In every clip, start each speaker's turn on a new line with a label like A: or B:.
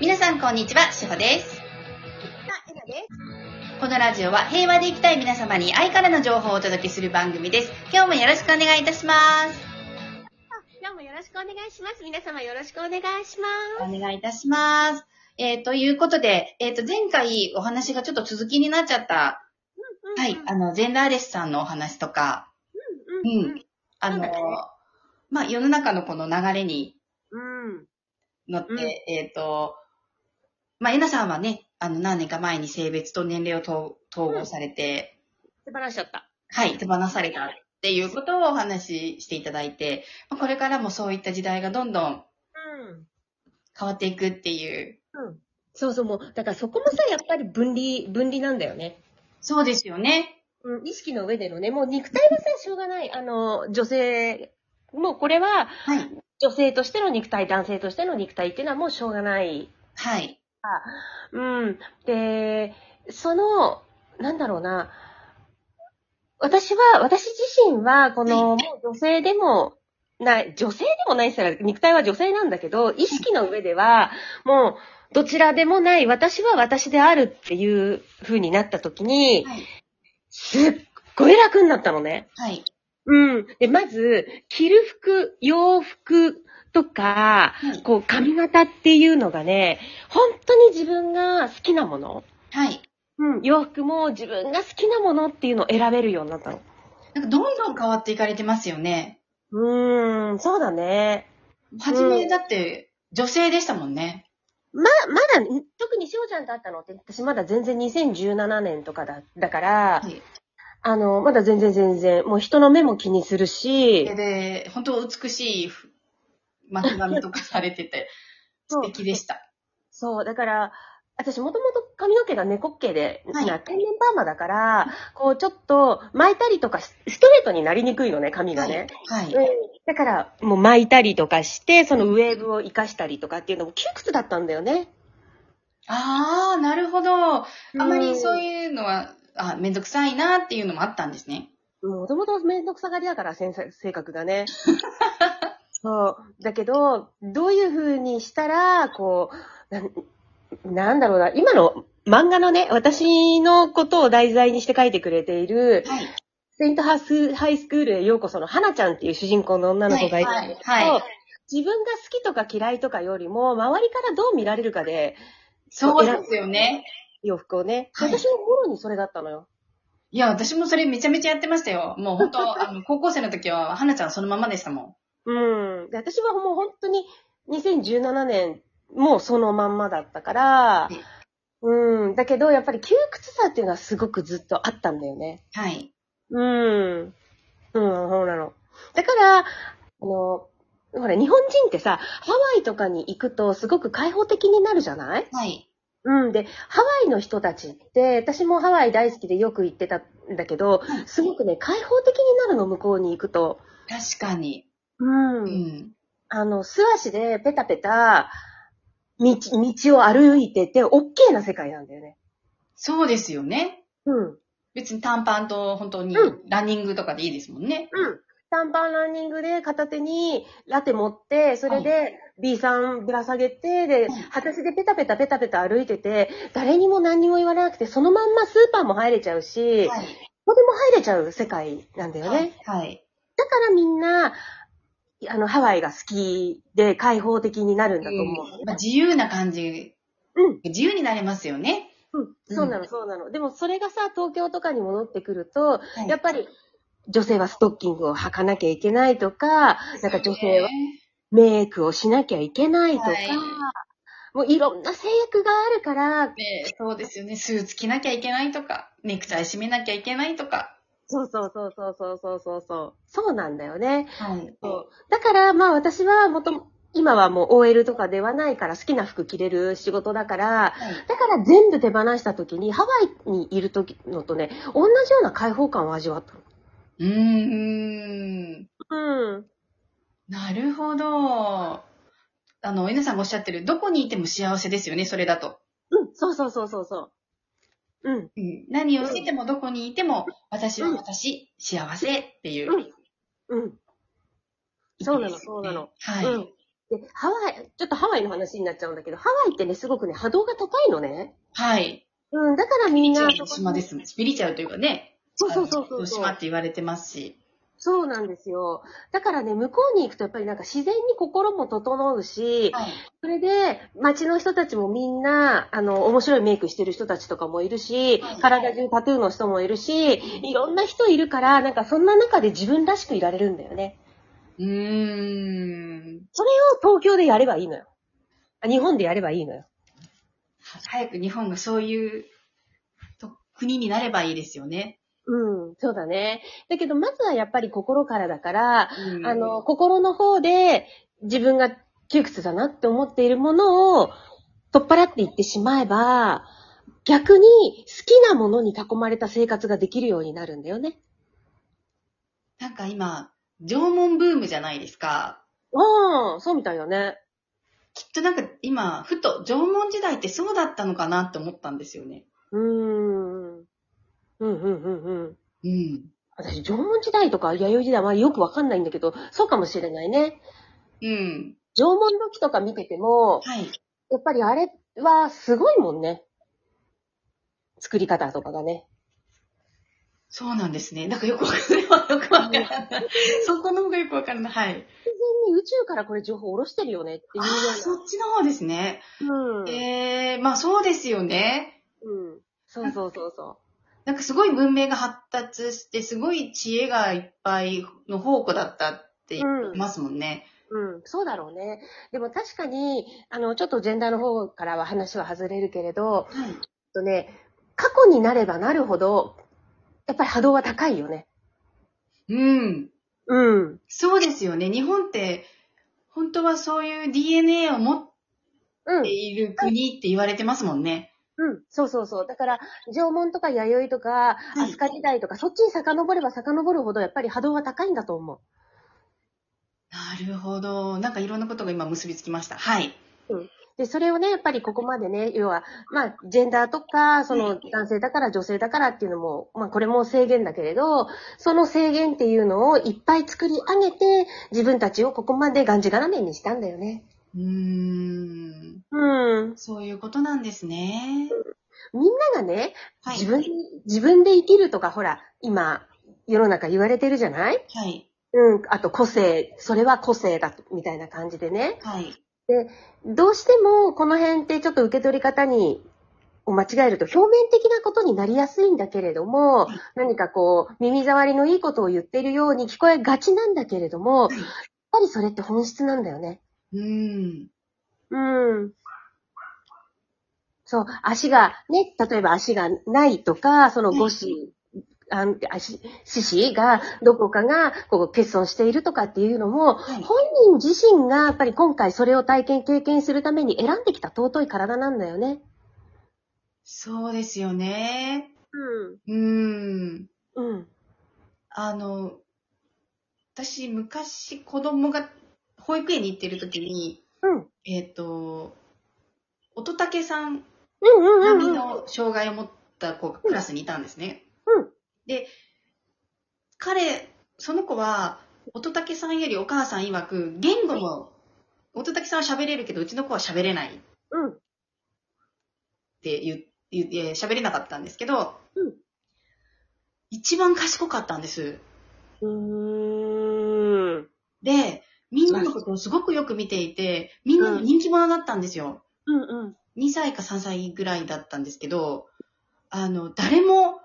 A: 皆さんこんにちは、しほです。
B: えなです。
A: このラジオは平和で生きたい皆様に愛からの情報をお届けする番組です。今日もよろしくお願いいたします。
B: 今日もよろしくお願いします。皆様よろしくお願いし
A: お
B: ます。
A: 願いいたします。えーということで、えーと、前回お話がちょっと続きになっちゃった、はい、あの、ジェンダーレスさんのお話とか、
B: うんうんうん。
A: あの
B: そうだね、
A: まあ、世の中のこの流れに
B: うん。
A: 乗って、
B: うん
A: えっ、と、まあ、えなさんはね、あの、何年か前に性別と年齢をと統合されて、
B: 素晴らしかった。
A: はい、手放されたっていうことをお話ししていただいて、まあ、これからもそういった時代がどんどん
B: うん。
A: 変わっていくっていう。
B: うん。そうそう、もう、だからそこもさ、やっぱり分離、分離なんだよね。
A: そうですよね。
B: うん、意識の上でのね、もう肉体はさ、しょうがない。あの、女性、もうこれは、
A: はい。
B: 女性としての肉体、男性としての肉体っていうのはもうしょうがない
A: はい。
B: うん。で、その、なんだろうな。私は、私自身は、この、もう女性でも、ない、女性でもないしたら、肉体は女性なんだけど、意識の上では、もう、どちらでもない、私は私であるっていう風になった時に、
A: はい。
B: すっごい楽になったのね。
A: はい。
B: うん。で、まず、着る服、洋服とか、
A: はい。
B: こう、髪型っていうのがね、本当に自分が好きなもの。
A: はい。
B: うん、洋服も自分が好きなものっていうのを選べるようになったの。
A: なんかどんどん変わっていかれてますよね。
B: うーん、そうだね。
A: 初めだって女性でしたもんね。
B: ま、まだ、ん特にしおちゃんと会ったのって、私まだ全然2017年とかだ、だから、
A: はい
B: あの、まだ全然全然、もう人の目も気にするし、
A: で、本当美しい巻き髪とかされて て、素敵でした。
B: そう、だから、私もともと髪の毛が猫っ毛で、
A: はい
B: な天然パーマだから、こうちょっと巻いたりとかし、ストレートになりにくいのね、髪がね。
A: はい。
B: うんだから、もう巻いたりとかして、そのウェーブを活かしたりとかっていうのも窮屈だったんだよね。
A: ああ、なるほど。あまりそう
B: い
A: いうのは、あ、めんどくさいなっていうのもあったんですね。
B: う。もともとめんどくさがりだから、せんさ性格 がね。そう。だけど、どういう風にしたら、こう、なんなんだろうな、今の漫画のね、私のことを題材にして書いてくれている、
A: はい。
B: セイントハウスハイスクールへようこその花ちゃんっていう主人公の女の子がいるんですけど、
A: はいはいはい
B: 自分が好きとか嫌いとかよりも、周りからどう見られるかで、
A: そうですよね。
B: 洋服をね。
A: はい
B: 私の頃にそれだったのよ。
A: いや、私もそれめちゃめちゃやってましたよ。もう本当、あ の、高校生の時は、はなちゃんそのままでしたもん。
B: うん。で、私はもう本当に2017年もうそのまんまだったから
A: い、
B: うん。だけど、やっぱり窮屈さっていうのはすごくずっとあったんだよね。
A: はい。
B: うん。うん、そうなの。だから、あの、ほら、日本人ってさ、ハワイとかに行くとすごく開放的になるじゃない
A: はい。
B: うん。で、ハワイの人たちって、私もハワイ大好きでよく行ってたんだけど、すごくね、開放的になるの、向こうに行くと。
A: 確かに。
B: うん
A: うん。
B: あの、素足でペタペタ、道、道を歩いてて、オッケーな世界なんだよね。
A: そうですよね。
B: うん。
A: 別に短パンと本当に
B: うん
A: ランニングとかでいいですもんね。
B: うん。短パンランニングで片手にラテ持って、それで B さんぶら下げて、で
A: うん、
B: 裸足でペタペタペタペタ歩いてて、誰にも何にも言われなくて、そのまんまスーパーも入れちゃうし、
A: はい。
B: どこでも入れちゃう世界なんだよね。
A: はい。
B: だからみんな、あの、ハワイが好きで開放的になるんだと思う。
A: うんまあ自由な感じ。
B: うん
A: 自由になれますよね。
B: うん、そうなの、そうなの。でもそれがさ、東京とかに戻ってくる
A: は
B: と、
A: い
B: やっぱり、女性はストッキングを履かなきゃいけないとか、なんか女性はメイクをしなきゃいけないとか、
A: はい
B: もういろんな制約があるから、
A: ねえ、そうですよね。スーツ着なきゃいけないとか、ネクタイ締めなきゃいけないとか。
B: そうそうそうそうそうそうそうそう、そうなんだよね。
A: はい。
B: そうだからまあ私はもとも、今はもう OL とかではないから好きな服着れる仕事だから、
A: はい、
B: だから全部手放した時にハワイにいる時のとね、同じような解放感を味わったの。
A: うーん。
B: うん。
A: なるほど。あの、皆さんがおっしゃってる、どこにいても幸せですよね、それだと。
B: うん、そうそうそうそうそう。うん、
A: うん、何をしててもどこにいても、私は私、幸せっていうう。
B: ん、うん。そうなの、そうなの。
A: はい。
B: うん。で、ハワイ、ちょっとハワイの話になっちゃうんだけど、ハワイってね、すごくね、波動が高いのね。
A: はい。
B: うん、だからみんな、
A: 島ですもん。スピリチュアルというかね。
B: そうそうそうそう
A: あの島って言われてますし。
B: そうなんですよ。だからね、向こうに行くとやっぱりなんか自然に心も整うし、
A: はい。
B: それで街の人たちもみんな、あの、面白いメイクしてる人たちとかもいるし
A: はい、
B: 体中タトゥーの人もいるし、いろんな人いるから、なんかそんな中で自分らしくいられるんだよね。
A: うーん。
B: 東京でやればいいのよ。あ日本でやればいいのよ。
A: 早く日本がそういうと国になればいいですよね。
B: うん、そうだね。だけど、まずはやっぱり心からだから、
A: うん
B: あの、、心の方で自分が窮屈だなって思っているものを取っ払っていってしまえば、逆に好きなものに囲まれた生活ができるようになるんだよね。
A: なんか今、縄文ブームじゃないですか。
B: うん、そうみたいだね。
A: きっとなんか今、ふと縄文時代ってそうだったのかなって思ったんですよね。
B: うーん。うん、うん、うん、うん。
A: うん。
B: 私、縄文時代とか弥生時代はよくわかんないんだけど、そうかもしれないね。
A: うん。
B: 縄文土器とか見てても、
A: はい。
B: やっぱりあれはすごいもんね。作り方とかがね。
A: そうなんですね。なんかよくわかんない。よくわからない。そこの方がよくわからない。はい。
B: 完全に宇宙からこれ情報を下ろしてるよねっていう
A: あ
B: よ
A: あ、そっちの方ですね。
B: うな。うん。
A: ええまあそうですよね。
B: うん。そうそうそうそ
A: なんかすごい文明が発達して、すごい知恵がいっぱいの宝庫だったって言いますもんね。
B: う。うん。そうだろうね。でも確かに、あの、ちょっとジェンダーの方からは話は外れるけれど、
A: はい。
B: えっとね、過去になればなるほど、やっぱり波動は高いよね。
A: うん。
B: うん。
A: そうですよね。日本って、本当はそういう DNA を持っ
B: うん
A: て。いる国って言われてますもんね。
B: うん。そうそうそう。だから、縄文とか弥生とか、
A: い
B: 飛鳥時代とか、そっちに遡れば遡るほど、やっぱり波動は高いんだと思う。
A: なるほど。なんかいろんなことが今結びつきました。はい。
B: で、それをね、やっぱりここまでね、要は、まあ、ジェンダーとか、そ
A: は
B: の
A: い
B: 男性だから女性だからっていうのも、まあ、これも制限だけれど、その制限っていうのをいっぱい作り上げて、自分たちをここまでがんじがらめにしたんだよね。
A: うーん。
B: うん。
A: そういうことなんですね。
B: みんながね、
A: はい。
B: 自分、自分で生きるとか、ほら、今、世の中言われてるじゃない
A: はい。
B: うん。あと、個性、それは個性だと、みたいな感じでね。
A: はい。
B: どうしても、この辺ってちょっと受け取り方に、を間違えると表面的なことになりやすいんだけれども
A: はい、
B: 何かこう、耳障りのいいことを言ってるように聞こえがちなんだけれども、やっ
A: はい
B: ぱりそれって本質なんだよね。
A: うーん。
B: うん。そう、足が、ね、例えば足がないとか、その
A: はい
B: 五子、あん足、四肢が、どこかが、こう、欠損しているとかっていうのも、
A: はい。
B: 本人自身がやっぱり今回それを体験経験するために選んできた尊い体なんだよね。
A: そうですよね。
B: う
A: うーん。
B: ん。うん。
A: あの、私、昔、子供が保育園に行ってる時に、
B: うん。
A: えっ、と、乙武さん
B: うんうん
A: 波
B: うん。
A: の障害を持った子がクラスにいたんですね。
B: うん
A: で、彼、その子は、乙武さんよりお母さん曰く、言語も、乙武さんは喋れるけど、うちの子は喋れないっ
B: うん。
A: て言う言うえー喋れなかったんですけど、
B: うん
A: 一番賢かったんです。
B: うーん。
A: で、みんなのことをすごくよく見ていて、みんなの人気者だったんですよ。
B: うんうん。
A: 2歳か3歳ぐらいだったんですけど、あの、誰も、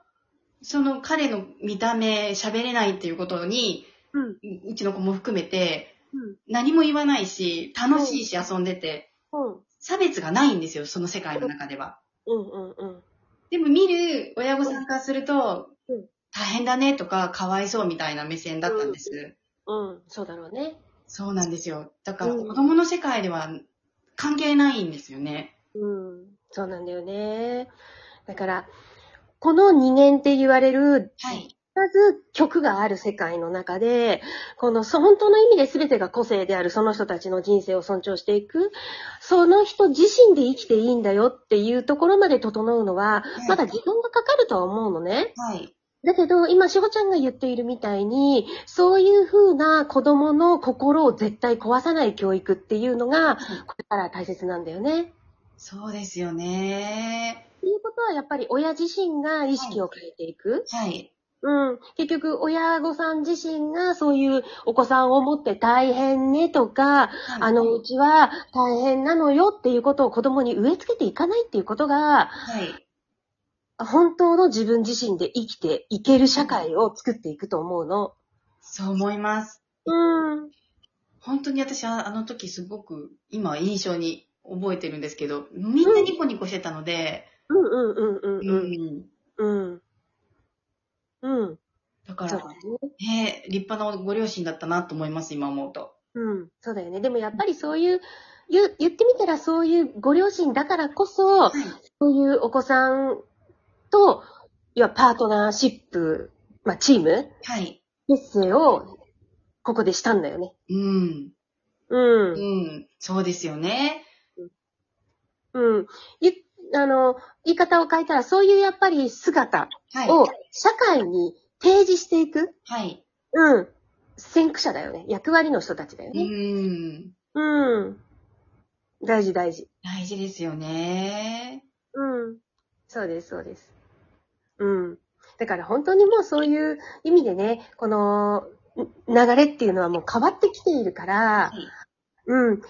A: その彼の見た目喋れないっていうことに、
B: うん。
A: ううちの子も含めて、
B: うん。
A: 何も言わないし、楽しいし遊んでて、
B: うん。
A: 差別がないんですよ、その世界の中では。
B: うん。うん。
A: でも見る親御さんからすると
B: うん、
A: 大変だねとか、かわいそうみたいな目線だったんです。
B: うん。そうだろうね。
A: そうなんですよ。だから
B: うん
A: 子供の世界では関係ないんですよね。
B: うん。そうなんだよね。だから、この二元って言われる、
A: はい。
B: まず曲がある世界の中で、この、そ本当の意味で全てが個性であるその人たちの人生を尊重していく、その人自身で生きていいんだよっていうところまで整うのは、まだ時間がかかるとは思うのね。
A: はい。
B: だけど、今、しほちゃんが言っているみたいに、そういうふうな子供の心を絶対壊さない教育っていうのが、これから大切なんだよね。
A: そうですよね。
B: っていうことは、やっぱり親自身が意識を変えていく。
A: はい。
B: うん。結局、親御さん自身がそういうお子さんを持って大変ねとか、あの、うちは大変なのよっていうことを子供に植え付けていかないっていうことが、
A: はい。
B: 本当の自分自身で生きていける社会を作っていくと思うの。
A: そう思います。
B: うん。
A: 本当に私はあの時すごく今印象に覚えてるんですけど、みんなニコニコしてたので、
B: うんうんうん
A: う
B: うん
A: ん。
B: うん。うん。うん。
A: だか
B: そう
A: ら
B: だ、ね。
A: ね、立派なご両親だったなと思います、今思うと。
B: うん。そうだよね。でもやっぱりそういう、言う言ってみたらそういうご両親だからこ
A: は
B: そ、
A: い
B: そういうお子さんと、要はパートナーシップ、まあチーム
A: はい。
B: 結成を、ここでしたんだよね。
A: うん。
B: うん。
A: うん。そうですよね。
B: うん。ゆあの、言い方を変えたら、そういうやっぱり姿
A: はい。
B: を社会に提示していく、
A: はい。
B: うん。先駆者だよね。役割の人たちだよ
A: う
B: ね。
A: ん。
B: うん。大事大事。
A: 大事ですよね。
B: うん。そうです、そうです。うん。だから本当にもうそういう意味でね、このん流れっていうのはもう変わってきているか
A: は
B: ら、
A: い
B: うん。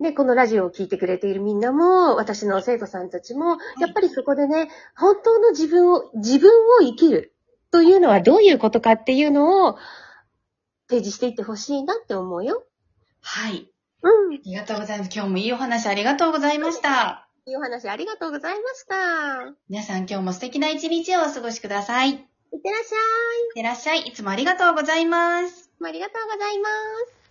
B: で、このラジオを聞いてくれているみんなも、私の生徒さんたちも、やっぱりそこでね、本当の自分を、自分を生きるというのはどういうことかっていうのを提示していってほしいなって思うよ。
A: はい。
B: うん。い
A: ありがとうございます。今日もいいお話ありがとうございました。
B: いお話ありがとうございました。
A: 皆さん今日も素敵な一日をお過ごしください。いっ
B: いってらっしゃい。
A: てらっしゃい。いつもありがとうございます。
B: どうもありがとうございます。